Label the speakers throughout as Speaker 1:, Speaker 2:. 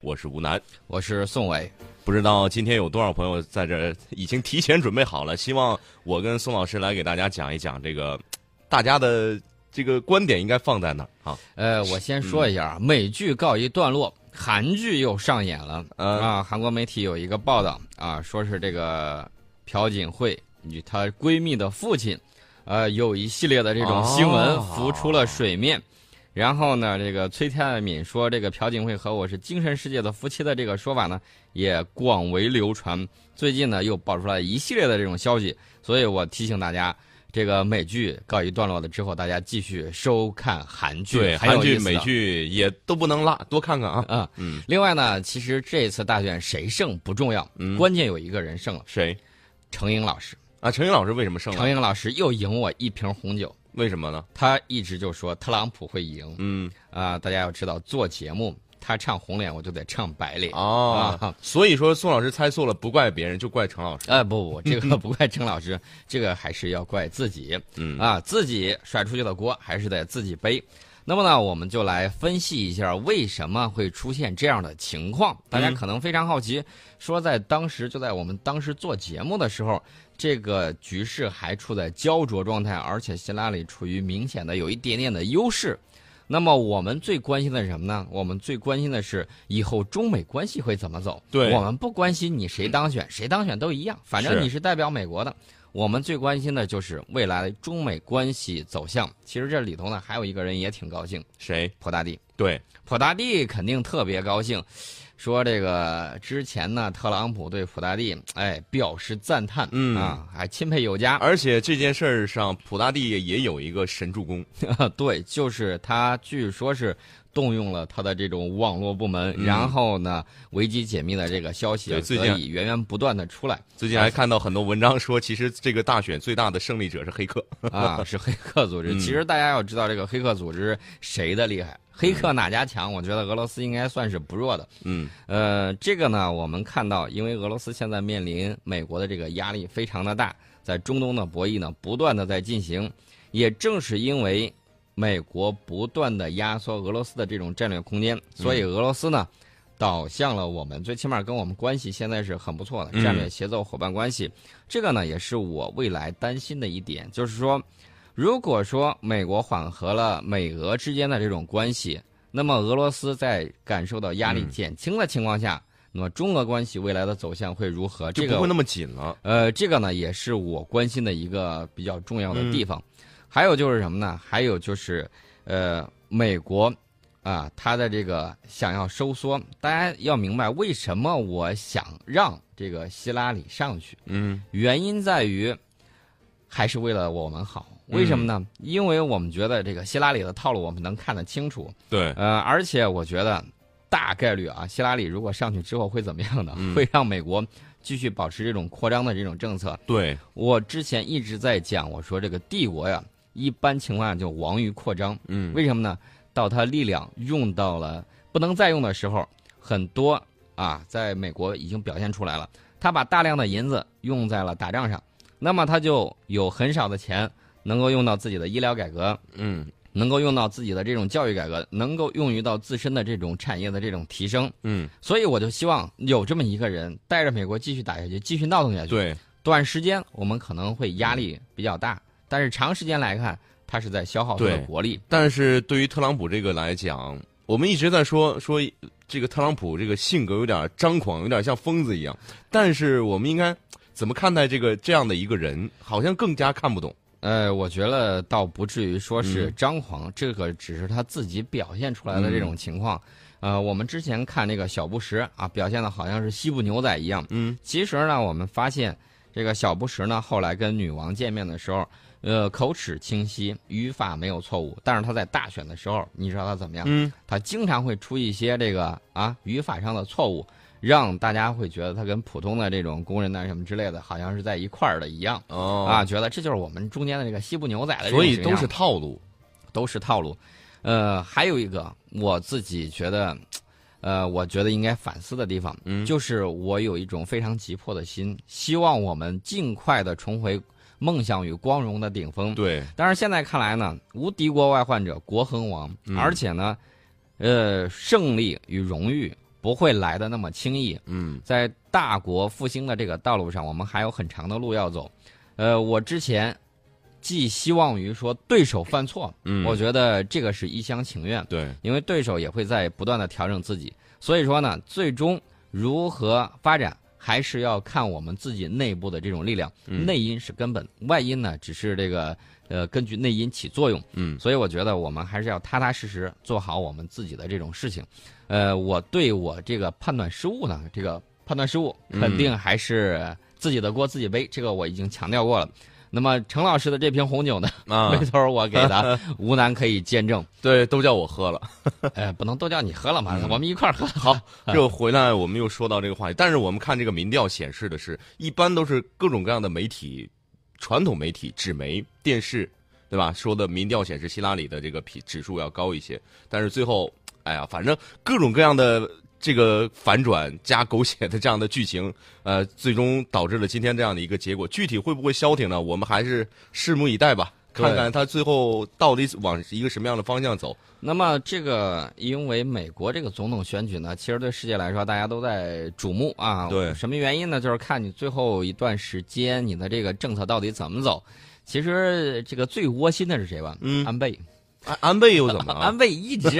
Speaker 1: 我是吴楠。
Speaker 2: 我是宋伟。
Speaker 1: 不知道今天有多少朋友在这儿已经提前准备好了，希望我跟宋老师来给大家讲一讲这个，大家的这个观点应该放在哪儿啊？
Speaker 2: 呃，我先说一下啊，美剧告一段落，韩剧又上演了、
Speaker 1: 嗯
Speaker 2: 啊。韩国媒体有一个报道啊，说是这个朴槿惠与她闺蜜的父亲，呃，有一系列的这种新闻
Speaker 1: 哦
Speaker 2: 浮出了水面。然后呢，这个崔泰敏说这个朴槿惠和我是精神世界的夫妻的这个说法呢，也广为流传。最近呢，又爆出来一系列的这种消息，所以我提醒大家。这个美剧告一段落了之后，大家继续收看韩剧，
Speaker 1: 对，
Speaker 2: 很有
Speaker 1: 韩
Speaker 2: 意
Speaker 1: 剧、
Speaker 2: 思
Speaker 1: 美
Speaker 2: 的
Speaker 1: 剧也都不能落，多看看啊。
Speaker 2: 啊，
Speaker 1: 嗯，
Speaker 2: 另外呢，其实这次大选谁胜不重要，
Speaker 1: 嗯
Speaker 2: 关键有一个人胜了，
Speaker 1: 谁
Speaker 2: 程颖老师。
Speaker 1: 啊？陈云老师为什么胜
Speaker 2: 程
Speaker 1: 了？
Speaker 2: 颖老师又赢我一瓶红酒，
Speaker 1: 为什么呢？
Speaker 2: 他一直就说特朗普会赢
Speaker 1: 嗯，
Speaker 2: 啊、大家要知道，做节目他唱红脸，我就得唱白脸。
Speaker 1: 哦
Speaker 2: 啊，
Speaker 1: 所以说宋老师猜错了，不怪别人，就怪陈老师。
Speaker 2: 哎，不不，这个 不怪程老师，这个还是要怪自己
Speaker 1: 嗯
Speaker 2: 啊，自己甩出去的锅还是得自己背。那么呢，我们就来分析一下为什么会出现这样的情况。大家
Speaker 1: 嗯
Speaker 2: 可能非常好奇，说在当时就在我们当时做节目的时候，这个局势还处在焦灼状态，而且希拉里处于明显的有一点点的优势。那么我们最关心的是什么呢？我们最关心的是以后中美关系会怎么走。
Speaker 1: 对
Speaker 2: 我们不关心你谁当选，谁当选都一样，反
Speaker 1: 嗯是
Speaker 2: 正你是代表美国的。我们最关心的就是未来中美关系走向。其实这里头呢，还有一个人也挺高兴，
Speaker 1: 谁？
Speaker 2: 普大帝。
Speaker 1: 对，
Speaker 2: 普大帝肯定特别高兴，说这个之前呢，特朗普对普大帝哎表示赞叹，
Speaker 1: 嗯
Speaker 2: 啊，还钦佩有加。
Speaker 1: 而且这件事儿上，普大帝也有一个神助攻。
Speaker 2: 对，就是他，据说是动用了他的这种网络部门，
Speaker 1: 嗯
Speaker 2: 然后呢，危机解密的这个消息啊
Speaker 1: 对最
Speaker 2: 得
Speaker 1: 近
Speaker 2: 以源源不断的出来。
Speaker 1: 最近还看到很多文章说，其实这个大选最大的胜利者是黑客。
Speaker 2: 啊，是黑客组织。
Speaker 1: 嗯
Speaker 2: 其实大家要知道，这个黑客组织谁的厉害，黑客哪家强？我觉得俄罗斯应该算是不弱的。
Speaker 1: 嗯，
Speaker 2: 呃，这个呢，我们看到，因为俄罗斯现在面临美国的这个压力非常的大，在中东的博弈呢不断的在进行，也正是因为美国不断的压缩俄罗斯的这种战略空间，所以俄罗斯呢。导向了我们，最起码跟我们关系现在是很不错的
Speaker 1: 嗯
Speaker 2: 战略协作伙伴关系。这个呢，也是我未来担心的一点，就是说，如果说美国缓和了美俄之间的这种关系，那么俄罗斯在感受到压力减轻的情况下，那么中俄关系未来的走向会如何？
Speaker 1: 就
Speaker 2: 这
Speaker 1: 不
Speaker 2: 个
Speaker 1: 会那么紧了。
Speaker 2: 呃，这个呢也是我关心的一个比较重要的地方。还有就是什么呢？还有就是呃，美国啊，它的这个想要收缩，大家要明白为什么我想让这个希拉里上去。
Speaker 1: 嗯，
Speaker 2: 原因在于，还是为了我们好。为什么呢？因为我们觉得这个希拉里的套路我们能看得清楚，
Speaker 1: 对，
Speaker 2: 呃，而且我觉得大概率啊，希拉里如果上去之后会怎么样呢？
Speaker 1: 嗯
Speaker 2: 会让美国继续保持这种扩张的这种政策。
Speaker 1: 对，
Speaker 2: 我之前一直在讲，我说这个帝国呀，一般情况下就亡于扩张，
Speaker 1: 嗯，
Speaker 2: 为什么呢？到它力量用到了不能再用的时候，很多啊，在美国已经表现出来了。他把大量的银子用在了打仗上，那么他就有很少的钱能够用到自己的医疗改革，
Speaker 1: 嗯
Speaker 2: 能够用到自己的这种教育改革，能够用于到自身的这种产业的这种提升。
Speaker 1: 嗯，
Speaker 2: 所以我就希望有这么一个人带着美国继续打下去，继续闹腾下去。
Speaker 1: 对，
Speaker 2: 短时间我们可能会压力比较大，但是长时间来看，它是在消耗它的
Speaker 1: 对
Speaker 2: 国力。
Speaker 1: 但是对于特朗普这个来讲，我们一直在说说这个特朗普这个性格有点张狂，有点像疯子一样。但是我们应该怎么看待这个这样的一个人？好像更加看不懂。
Speaker 2: 呃，我觉得倒不至于说是
Speaker 1: 嗯
Speaker 2: 张狂，这个只是他自己表现出来的这种情况。呃，我们之前看那个小布什啊，表现的好像是西部牛仔一样。
Speaker 1: 嗯，
Speaker 2: 其实呢，我们发现这个小布什呢，后来跟女王见面的时候，呃，口齿清晰，语法没有错误。但是他在大选的时候，你知道他怎么样？
Speaker 1: 嗯，
Speaker 2: 他经常会出一些这个啊语法上的错误，让大家会觉得他跟普通的这种工人呐什么之类的，好像是在一块儿的一样。
Speaker 1: 哦
Speaker 2: 啊，，觉得这就是我们中间的这个西部牛仔的这种
Speaker 1: 所以
Speaker 2: 形
Speaker 1: 都
Speaker 2: 象
Speaker 1: 是套路。
Speaker 2: 都是套路。呃，还有一个我自己觉得，呃，我觉得应该反思的地方，
Speaker 1: 嗯
Speaker 2: 就是我有一种非常急迫的心，希望我们尽快的重回梦想与光荣的顶峰。
Speaker 1: 对，
Speaker 2: 但是现在看来呢，无嗯敌国外患者国恒亡，而且呢，呃，胜利与荣誉不会来的那么轻易。
Speaker 1: 嗯
Speaker 2: 在大国复兴的这个道路上，我们还有很长的路要走。呃，我之前寄希望于说对手犯错，
Speaker 1: 嗯，
Speaker 2: 我觉得这个是一厢情愿，
Speaker 1: 对，
Speaker 2: 因为对手也会在不断的调整自己。所以说呢，最终如何发展，还是要看我们自己内部的这种力量。
Speaker 1: 嗯
Speaker 2: 内因是根本，外因呢只是这个呃根据内因起作用。
Speaker 1: 嗯
Speaker 2: 所以我觉得我们还是要踏踏实实做好我们自己的这种事情。呃，我对我这个判断失误呢，这个判断失误
Speaker 1: 嗯
Speaker 2: 肯定还是呃自己的锅自己背，这个我已经强调过了。那么程老师的这瓶红酒呢，
Speaker 1: 啊
Speaker 2: 回，头我给 的，吴楠可以见证。
Speaker 1: 对，都叫我喝了。
Speaker 2: 呃，不能都叫你喝了嘛，
Speaker 1: 嗯
Speaker 2: 我们一块儿喝。
Speaker 1: 好，
Speaker 2: 嗯
Speaker 1: 这回来我们又说到这个话题，但是我们看这个民调显示的是，一般都是各种各样的媒体，传统媒体、纸媒、电视，对吧？说的民调显示希拉里的这个指指数要高一些，但是最后，哎呀，反正各种各样的这个反转加狗血的这样的剧情，呃，最终导致了今天这样的一个结果。具体会不会消停呢？我们还是拭目以待吧，
Speaker 2: 对
Speaker 1: 看看它最后到底往一个什么样的方向走。
Speaker 2: 那么这个，因为美国这个总统选举呢，其实对世界来说，大家都在瞩目啊。
Speaker 1: 对
Speaker 2: 什么原因呢？就是看你最后一段时间你的这个政策到底怎么走。其实这个最窝心的是谁吧？
Speaker 1: 嗯啊
Speaker 2: 安倍，
Speaker 1: 安安倍又怎么了
Speaker 2: 安？倍一直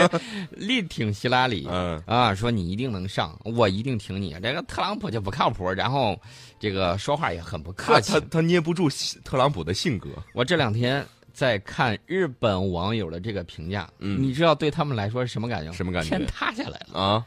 Speaker 2: 力挺希拉 里。
Speaker 1: 嗯
Speaker 2: 啊，说你一定能上，我一定挺你。这个特朗普就不靠谱，然后这个说话也很不客气
Speaker 1: 他。他捏不住特朗普的性格，
Speaker 2: 我这两天在看日本网友的这个评价，
Speaker 1: 嗯
Speaker 2: 你知道对他们来说是什么感觉吗？
Speaker 1: 什么感觉
Speaker 2: 天塌下来了。
Speaker 1: 啊，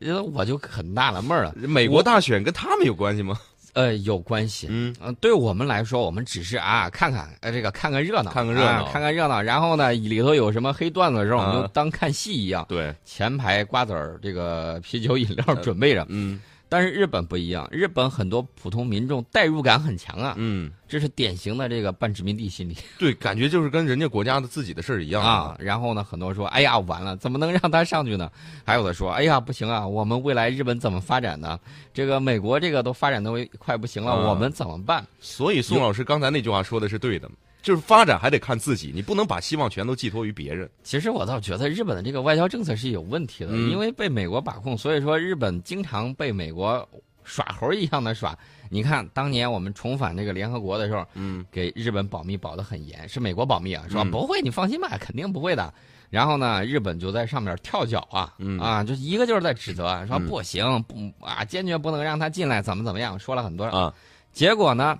Speaker 2: 呃，我就很纳了闷儿了。
Speaker 1: 美国大选跟他们有关系吗？
Speaker 2: 呃，有关系。
Speaker 1: 嗯
Speaker 2: 呃，对我们来说，我们只是啊，看看呃，这个看看热闹，
Speaker 1: 看个热闹
Speaker 2: 啊看看热闹。然后呢，里头有什么黑段子的时候，我们就
Speaker 1: 啊
Speaker 2: 当看戏一样。
Speaker 1: 对，
Speaker 2: 前排瓜子儿、这个啤酒、饮料准备着。
Speaker 1: 嗯
Speaker 2: 但是日本不一样，日本很多普通民众代入感很强啊，
Speaker 1: 嗯，
Speaker 2: 这是典型的这个半殖民地心理
Speaker 1: 对，感觉就是跟人家国家的自己的事儿一样
Speaker 2: 啊。。然后呢，很多说，哎呀，完了，怎么能让他上去呢？ 还有的说，哎呀，不行啊，我们未来日本怎么发展呢？这个美国这个都发展的快不行了，
Speaker 1: 啊
Speaker 2: 我们怎么办？
Speaker 1: 所以宋老师刚才那句话说的是对的，就是发展还得看自己，你不能把希望全都寄托于别人。
Speaker 2: 其实我倒觉得日本的这个外交政策是有问题的，
Speaker 1: 嗯
Speaker 2: 因为被美国把控，所以说日本经常被美国耍猴一样的耍。你看，当年我们重返这个联合国的时候，
Speaker 1: 嗯，
Speaker 2: 给日本保密保得很严，是美国保密啊，说
Speaker 1: 嗯
Speaker 2: 不会，你放心吧，肯定不会的。然后呢，日本就在上面跳脚啊，
Speaker 1: 嗯
Speaker 2: 啊，就一个劲儿在指责啊，说
Speaker 1: 嗯
Speaker 2: 不行，不啊，坚决不能让他进来，怎么怎么样，说了很多
Speaker 1: 啊
Speaker 2: 结果呢，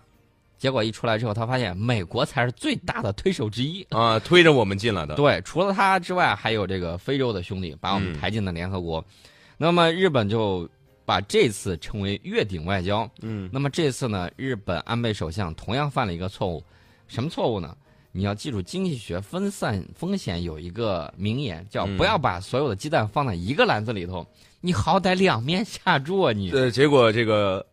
Speaker 2: 结果一出来之后，他发现美国才是最大的推手之一。
Speaker 1: 啊，推着我们进来的，
Speaker 2: 对，除了他之外，还有这个非洲的兄弟把我们
Speaker 1: 嗯
Speaker 2: 抬进了联合国。那么日本就把这次称为越顶外交。
Speaker 1: 嗯
Speaker 2: 那么这次呢，日本安倍首相同样犯了一个错误，什么错误呢？你要记住，经济学分散风险有一个名言，叫
Speaker 1: 嗯
Speaker 2: 不要把所有的鸡蛋放在一个篮子里头，你好歹两面下注啊你。
Speaker 1: 呃，结果这个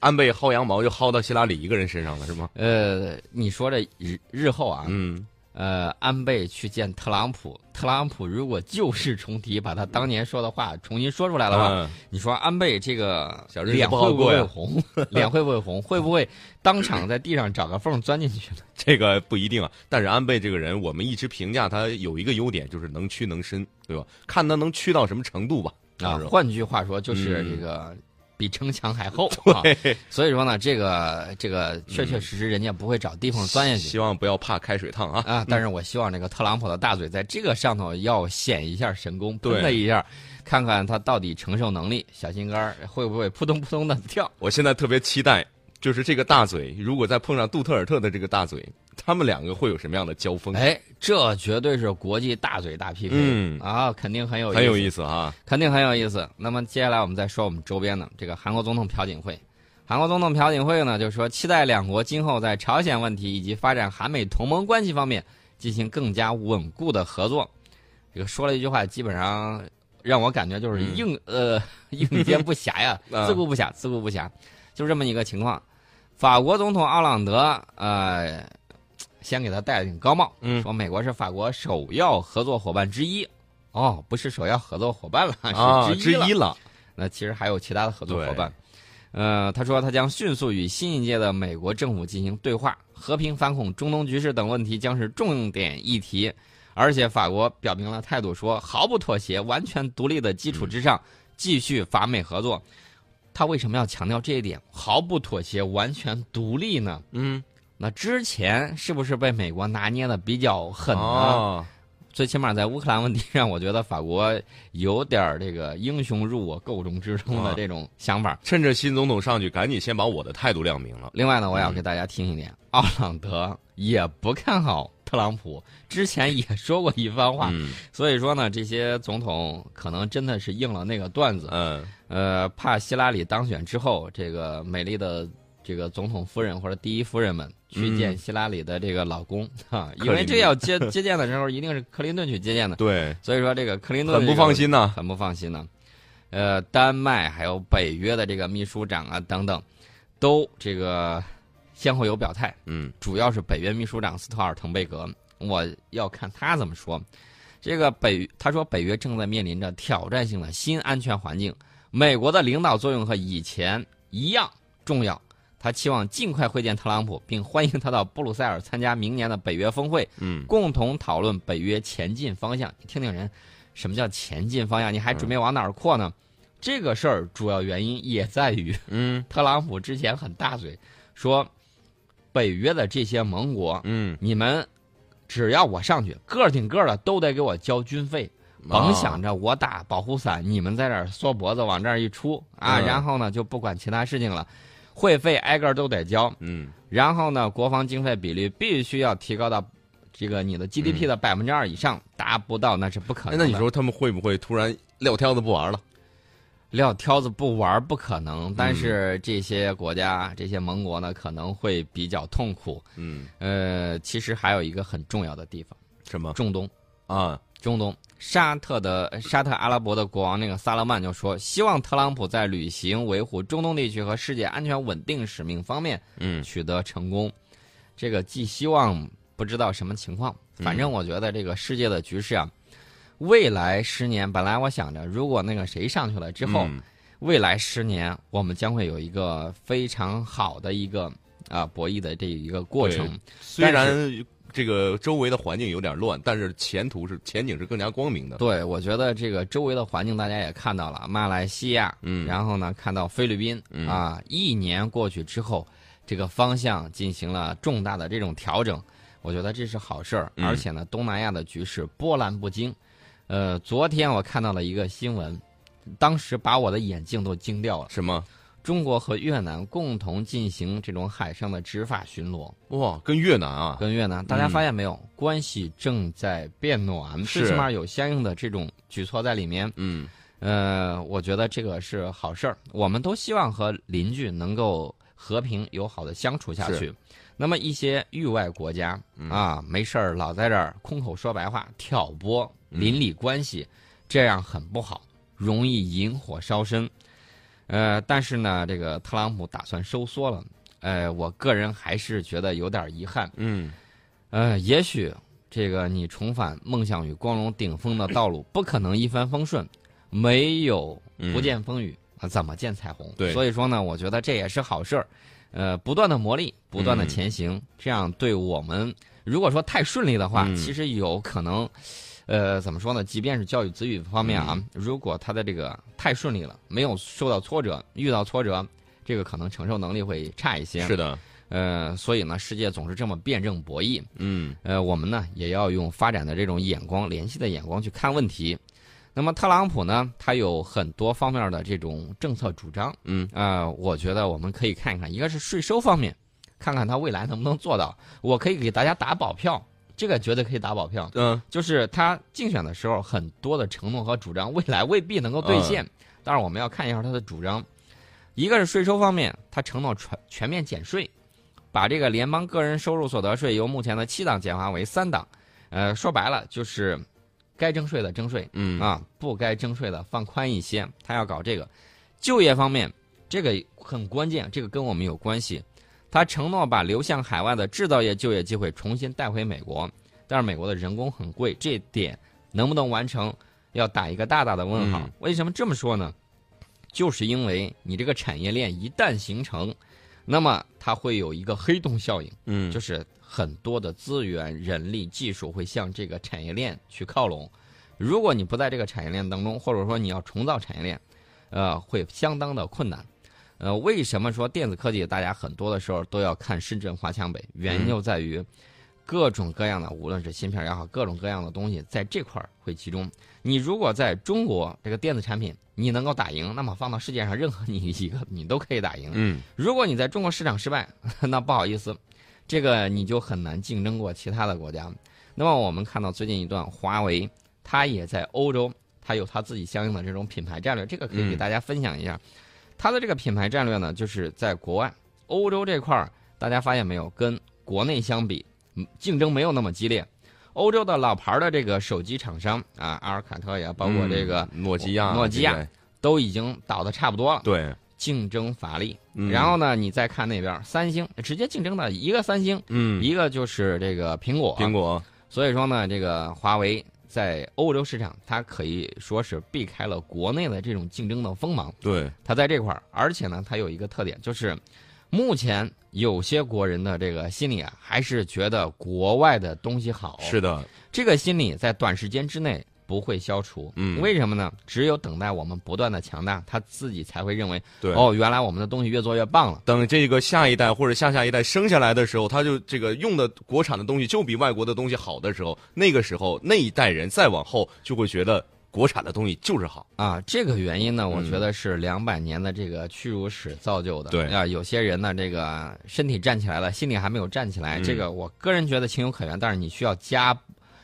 Speaker 1: 安倍薅羊毛就薅到希拉里一个人身上了，是吗？
Speaker 2: 呃，你说这日日后啊，
Speaker 1: 嗯，
Speaker 2: 呃，安倍去见特朗普，特朗普如果旧事重提，把他当年说的话重新说出来了吧？
Speaker 1: 嗯
Speaker 2: 你说安倍这个
Speaker 1: 小日子
Speaker 2: 脸
Speaker 1: 不
Speaker 2: 会
Speaker 1: 好
Speaker 2: 不
Speaker 1: 过
Speaker 2: 会
Speaker 1: 呀
Speaker 2: 红？脸会不会红？会不会当场在地上找个缝钻进 去呢？
Speaker 1: 这个不一定啊，但是安倍这个人，我们一直评价他有一个优点，就是能屈能伸，对吧？看他能屈到什么程度吧。
Speaker 2: 啊
Speaker 1: 到时，候嗯
Speaker 2: 换句话说，就是这个比城墙还 厚啊。所以说呢，这个这个确确实实人家不会找地缝钻下去
Speaker 1: 希望不要怕开水烫啊！
Speaker 2: 啊。但是我希望这个特朗普的大嘴在这个上头要显一下神功，
Speaker 1: 对
Speaker 2: 喷他一下，看看他到底承受能力，小心肝儿会不会扑通扑通的跳。
Speaker 1: 我现在特别期待，就是这个大嘴，如果再碰上杜特尔特的这个大嘴，他们两个会有什么样的交锋？
Speaker 2: 哎，这绝对是国际大嘴大 PK，
Speaker 1: 嗯
Speaker 2: 啊，肯定很有
Speaker 1: 很有
Speaker 2: 思
Speaker 1: 意思啊！
Speaker 2: 肯定很有意思。那么接下来我们再说我们周边的这个韩国总统朴槿惠。韩国总统朴槿惠呢，就说期待两国今后在朝鲜问题以及发展韩美同盟关系方面进行更加稳固的合作。这个说了一句话，基本上让我感觉就是
Speaker 1: 嗯
Speaker 2: 应、 呃应接不暇呀，
Speaker 1: 啊
Speaker 2: 自顾不暇，自顾不暇，就这么一个情况。法国总统奥朗德呃，先给他戴了顶高帽，
Speaker 1: 嗯
Speaker 2: 说美国是法国首要合作伙伴之一。哦，不是首要合作伙伴了，
Speaker 1: 啊，
Speaker 2: 是
Speaker 1: 之
Speaker 2: 之一了。
Speaker 1: 一了，
Speaker 2: 那其实还有其他的合作伙伴。呃，他说他将迅速与新一届的美国政府进行对话，和平反恐、中东局势等问题将是重点议
Speaker 1: 嗯
Speaker 2: 题。而且法国表明了态度说，毫不妥协、完全独立的基础之上，继续法美合作。他为什么要强调这一点，毫不妥协，完全独立呢？
Speaker 1: 嗯，
Speaker 2: 那之前是不是被美国拿捏的比较狠呢？
Speaker 1: 啊，
Speaker 2: 最起码在乌克兰问题上，我觉得法国有点儿这个英雄入我构中之中的这种想法。
Speaker 1: 趁着新总统上去，赶紧先把我的态度亮明了。
Speaker 2: 另外呢，我也要给大家听一点，奥朗德也不看好特朗普，之前也说过一番话，
Speaker 1: 嗯
Speaker 2: 所以说呢，这些总统可能真的是应了那个段子，
Speaker 1: 嗯
Speaker 2: 呃，怕希拉里当选之后，这个美丽的这个总统夫人或者第一夫人们去见希拉里的这个老公、啊，因
Speaker 1: 嗯克
Speaker 2: 为
Speaker 1: 林
Speaker 2: 这
Speaker 1: 顿
Speaker 2: 要接接见的时候一定是克林顿去接见的，
Speaker 1: 对，
Speaker 2: 所以说这个克林顿
Speaker 1: 很不
Speaker 2: 这个
Speaker 1: 放心呐。
Speaker 2: 很不放心呢。呃，丹麦还有北约的这个秘书长啊等等，都这个先后有表态，
Speaker 1: 嗯
Speaker 2: 主要是北约秘书长斯托尔滕贝格，我要看他怎么说。这个北他说，北约正在面临着挑战性的新安全环境，美国的领导作用和以前一样重要。他期望尽快会见特朗普，并欢迎他到布鲁塞尔参加明年的北约峰会。
Speaker 1: 嗯，
Speaker 2: 共同讨论北约前进方向。你听听人，什么叫前进方向？你还准备往哪儿扩呢？这个事儿主要原因也在于
Speaker 1: 嗯
Speaker 2: 特朗普之前很大嘴说，北约的这些盟国，
Speaker 1: 嗯，
Speaker 2: 你们只要我上去，个儿顶个儿的都得给我交军费，
Speaker 1: 啊
Speaker 2: 甭想着我打保护伞，你们在这儿缩脖子往这儿一出啊，
Speaker 1: 嗯
Speaker 2: 然后呢就不管其他事情了，会费挨个儿都得交。
Speaker 1: 嗯
Speaker 2: 然后呢，国防经费比率必须要提高到这个你的 GDP 的百分之二以上，达不到那是不可
Speaker 1: 嗯哎，
Speaker 2: 能
Speaker 1: 那
Speaker 2: 的。
Speaker 1: 你说他们会不会突然撂挑子不玩了？
Speaker 2: 撂挑子不玩儿不可
Speaker 1: 嗯
Speaker 2: 能，但是这些国家、这些盟国呢，可能会比较痛苦。
Speaker 1: 嗯，
Speaker 2: 呃，其实还有一个很重要的地方，
Speaker 1: 什么
Speaker 2: 中东，
Speaker 1: 啊？
Speaker 2: 中东。沙特的呃沙特阿拉伯的国王那个萨勒曼就说，希望特朗普在履行维护中东地区和世界安全稳定使命方面
Speaker 1: 嗯
Speaker 2: 取得成功。这个寄希望不知道什么情况，
Speaker 1: 嗯
Speaker 2: 反正我觉得这个世界的局势啊，未来十年，本来我想着，如果那个谁上去了之后，
Speaker 1: 嗯
Speaker 2: 未来十年我们将会有一个非常好的一个啊、博弈的这一个过程。
Speaker 1: 虽然这个周围的环境有点乱，但是前途是前景是更加光明的。
Speaker 2: 对，我觉得这个周围的环境大家也看到了，马来西亚，
Speaker 1: 嗯
Speaker 2: 然后呢，看到菲律宾，
Speaker 1: 嗯
Speaker 2: 啊，一年过去之后，这个方向进行了重大的这种调整，我觉得这是好事儿。
Speaker 1: 嗯
Speaker 2: 而且呢，东南亚的局势波澜不惊。呃，昨天我看到了一个新闻，当时把我的眼镜都惊掉了。
Speaker 1: 什么？
Speaker 2: 中国和越南共同进行这种海上的执法巡逻，
Speaker 1: 哇，跟越南啊，
Speaker 2: 跟越南，大家发现没有，关系正在变暖，
Speaker 1: 是
Speaker 2: 最起码有相应的这种举措在里面。
Speaker 1: 嗯
Speaker 2: 呃，我觉得这个是好事儿，我们都希望和邻居能够和平友好的相处下去。那么一些域外国家、啊，没事儿老在这儿空口说白话，挑拨邻里关系，这样很不好，容易引火烧身。呃，但是呢，这个特朗普打算收缩了，呃，我个人还是觉得有点遗憾。
Speaker 1: 嗯
Speaker 2: 呃，也许这个你重返梦想与光荣顶峰的道路，不可能一帆风顺，没有不见风雨啊，怎么见彩虹？
Speaker 1: 嗯对
Speaker 2: 所以说呢，我觉得这也是好事儿。呃，不断的磨砺，不
Speaker 1: 嗯
Speaker 2: 断的前行，这样对我们，如果说太顺利的话，
Speaker 1: 嗯
Speaker 2: 其实有可能，呃，怎么说呢？即便是教育子女方面
Speaker 1: 嗯
Speaker 2: 啊，如果他的这个太顺利了，没有受到挫折，遇到挫折，这个可能承受能力会差一些。
Speaker 1: 是的，
Speaker 2: 呃，所以呢，世界总是这么辩证博弈。
Speaker 1: 嗯
Speaker 2: 呃，我们呢也要用发展的这种眼光、联系的眼光去看问题。那么特朗普呢，他有很多方面的这种政策主张，
Speaker 1: 嗯，
Speaker 2: 啊，我觉得我们可以看一看，一个是税收方面，看看他未来能不能做到。我可以给大家打保票，这个绝对可以打保票，
Speaker 1: 嗯、
Speaker 2: 就是他竞选的时候很多的承诺和主张，未来未必能够兑现。当然，我们要看一下他的主张。一个是税收方面，他承诺全全面减税，把这个联邦个人收入所得税由目前的七档简化为三档。呃，说白了就是，该征税的征税，
Speaker 1: 嗯
Speaker 2: 啊，不该征税的放宽一些。他要搞这个。就业方面，这个很关键，这个跟我们有关系。他承诺把流向海外的制造业就业机会重新带回美国，但是美国的人工很贵，这点能不能完成，要打一个大大的问号。
Speaker 1: 嗯
Speaker 2: 为什么这么说呢？就是因为你这个产业链一旦形成，那么它会有一个黑洞效应，
Speaker 1: 嗯，
Speaker 2: 就是很多的资源、人力、技术会向这个产业链去靠拢。如果你不在这个产业链当中，或者说你要重造产业链，呃，会相当的困难。呃，为什么说电子科技大家很多的时候都要看深圳华强北？原因就在于各种各样的，无论是芯片也好，各种各样的东西在这块儿会集中。你如果在中国这个电子产品你能够打赢，那么放到世界上任何你一个你都可以打赢。
Speaker 1: 嗯，
Speaker 2: 如果你在中国市场失败， 那不好意思，这个你就很难竞争过其他的国家。那么我们看到最近一段，华为它也在欧洲，它有它自己相应的这种品牌战略，这个可以给
Speaker 1: 嗯
Speaker 2: 大家分享一下。它的这个品牌战略呢，就是在国外欧洲这块儿，大家发现没有，跟国内相比，嗯竞争没有那么激烈。欧洲的老牌儿的这个手机厂商啊，阿尔卡特呀，包括这个、
Speaker 1: 嗯诺基亚，
Speaker 2: 诺基亚
Speaker 1: 对不
Speaker 2: 都已经倒的差不多了，
Speaker 1: 对，对
Speaker 2: 竞争乏力。
Speaker 1: 嗯
Speaker 2: 然后呢，你再看那边儿三星，直接竞争的一个三星，
Speaker 1: 嗯，
Speaker 2: 一个就是这个苹果。
Speaker 1: 苹。果，
Speaker 2: 所以说呢，这个华为在欧洲市场，它可以说是避开了国内的这种竞争的锋芒。
Speaker 1: 对，
Speaker 2: 它在这块儿，而且呢，它有一个特点，就是目前有些国人的这个心理啊，还是觉得国外的东西好。
Speaker 1: 是的，
Speaker 2: 这个心理在短时间之内不会消除。
Speaker 1: 嗯
Speaker 2: 为什么呢？只有等待我们不断的强大，他自己才会认为
Speaker 1: 对。
Speaker 2: 哦，原来我们的东西越做越棒了。
Speaker 1: 等这个下一代或者下下一代生下来的时候，他就这个用的国产的东西就比外国的东西好的时候，那个时候那一代人再往后就会觉得国产的东西就是好。
Speaker 2: 啊，这个原因呢，我
Speaker 1: 嗯
Speaker 2: 觉得是两百年的这个屈辱史造就的。
Speaker 1: 对
Speaker 2: 啊，有些人呢，这个身体站起来了，心里还没有站起来，
Speaker 1: 嗯
Speaker 2: 这个我个人觉得情有可原，但是你需要加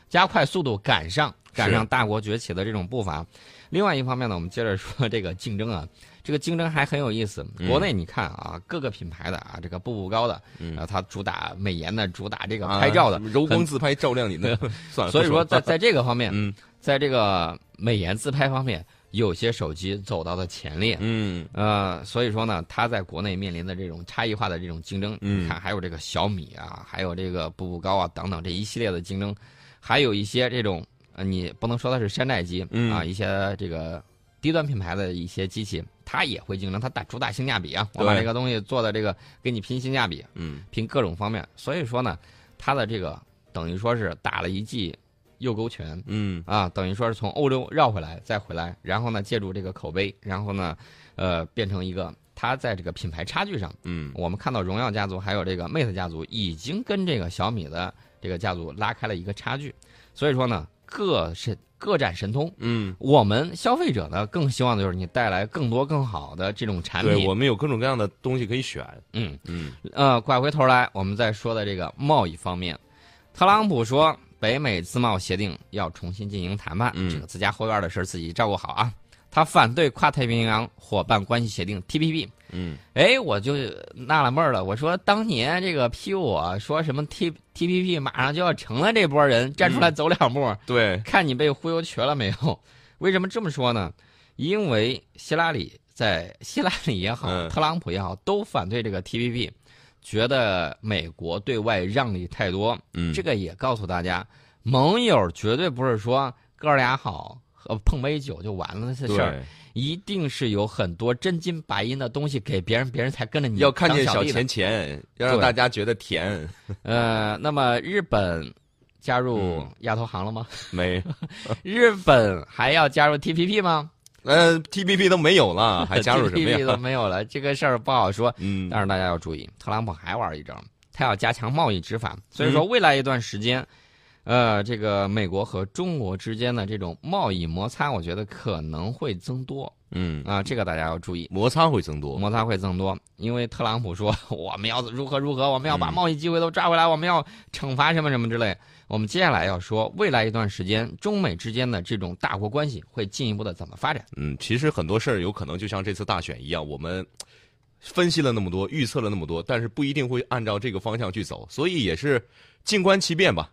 Speaker 2: 加快速度赶上赶
Speaker 1: 是
Speaker 2: 上大国崛起的这种步伐。另外一方面呢，我们接着说这个竞争啊，这个竞争还很有意思。国内你看啊，各个品牌的啊，这个步步高的，
Speaker 1: 嗯
Speaker 2: 啊，它主打美颜的，主打这个拍照的，
Speaker 1: 啊、柔光自拍照亮你 的，算 了。
Speaker 2: 所以
Speaker 1: 不
Speaker 2: 说
Speaker 1: 了
Speaker 2: 在在这个方面，
Speaker 1: 嗯
Speaker 2: 在这个美颜自拍方面，有些手机走到了前列。
Speaker 1: 嗯
Speaker 2: 呃，所以说呢，它在国内面临的这种差异化的这种竞争，
Speaker 1: 嗯
Speaker 2: 你看还有这个小米啊，还有这个步步高啊等等这一系列的竞争，还有一些这种呃，你不能说它是山寨机、
Speaker 1: 嗯
Speaker 2: 啊，一些这个低端品牌的一些机器，它也会竞争，它打主打性价比啊，我把
Speaker 1: 对
Speaker 2: 这个东西做的这个跟你拼性价比，
Speaker 1: 嗯，
Speaker 2: 拼各种方面，所以说呢，它的这个等于说是打了一记右勾拳，
Speaker 1: 嗯
Speaker 2: 啊，等于说是从欧洲绕回来，再回来，然后呢，借助这个口碑，然后呢，呃，变成一个它在这个品牌差距上，
Speaker 1: 嗯，
Speaker 2: 我们看到荣耀家族还有这个 Mate 家族已经跟这个小米的这个家族拉开了一个差距，所以说呢，各神各展神通。
Speaker 1: 嗯，
Speaker 2: 我们消费者呢，更希望的就是你带来更多更好的这种产
Speaker 1: 对，
Speaker 2: 品。
Speaker 1: 我们有各种各样的东西可以选。
Speaker 2: 嗯，
Speaker 1: 嗯
Speaker 2: 呃，拐回头来，我们再说的这个贸易方面，特朗普说北美自贸协定要重新进行谈判，
Speaker 1: 嗯
Speaker 2: 这个自家后院的事儿自己照顾好啊。他反对跨太平洋伙伴关系协定 （TPP）。
Speaker 1: 嗯
Speaker 2: 哎，我就纳了闷儿了，我说当年这个批我说什么 T TPP 马上就要成了，这波人站出来走两步，
Speaker 1: 对，
Speaker 2: 看你被忽悠瘸了没有？ 为什么这么说呢？因为希拉里在希拉里也好，
Speaker 1: 嗯
Speaker 2: 特朗普也好，都反对这个 TPP，觉得美国对外让利太多。
Speaker 1: 嗯，
Speaker 2: 这个也告诉大家，盟友绝对不是说哥俩好。呃，碰杯酒就完了的事儿，
Speaker 1: 对，
Speaker 2: 一定是有很多真金白银的东西给别人，别人才跟着你
Speaker 1: 要看见
Speaker 2: 当小
Speaker 1: 小
Speaker 2: 弟呢
Speaker 1: 钱钱，要让大家觉得 甜。
Speaker 2: 呃，那么日本加入
Speaker 1: 嗯
Speaker 2: 亚投行了吗？
Speaker 1: 没，
Speaker 2: 日本还要加入 TPP 吗？
Speaker 1: 呃，TPP 都没有了，还加入什么
Speaker 2: TPP 都
Speaker 1: 呀？
Speaker 2: 没有了，这个事儿不好说。
Speaker 1: 嗯
Speaker 2: 但是大家要注意，特朗普还玩一招，他要加强贸易执法。所
Speaker 1: 嗯
Speaker 2: 以说，未来一段时间，呃，这个美国和中国之间的这种贸易摩擦，我觉得可能会增多
Speaker 1: 嗯，
Speaker 2: 啊、这个大家要注意。
Speaker 1: 摩擦会增多。
Speaker 2: 摩擦会增多，因为特朗普说 我们要如何如何，我们要把
Speaker 1: 嗯
Speaker 2: 贸易机会都抓回来，我们要惩罚什么什么之类。我们接下来要说，未来一段时间，中美之间的这种大国关系会进一步的怎么发展？
Speaker 1: 嗯，其实很多事儿有可能就像这次大选一样，我们分析了那么多，预测了那么多，但是不一定会按照这个方向去走，所以也是静观其变吧。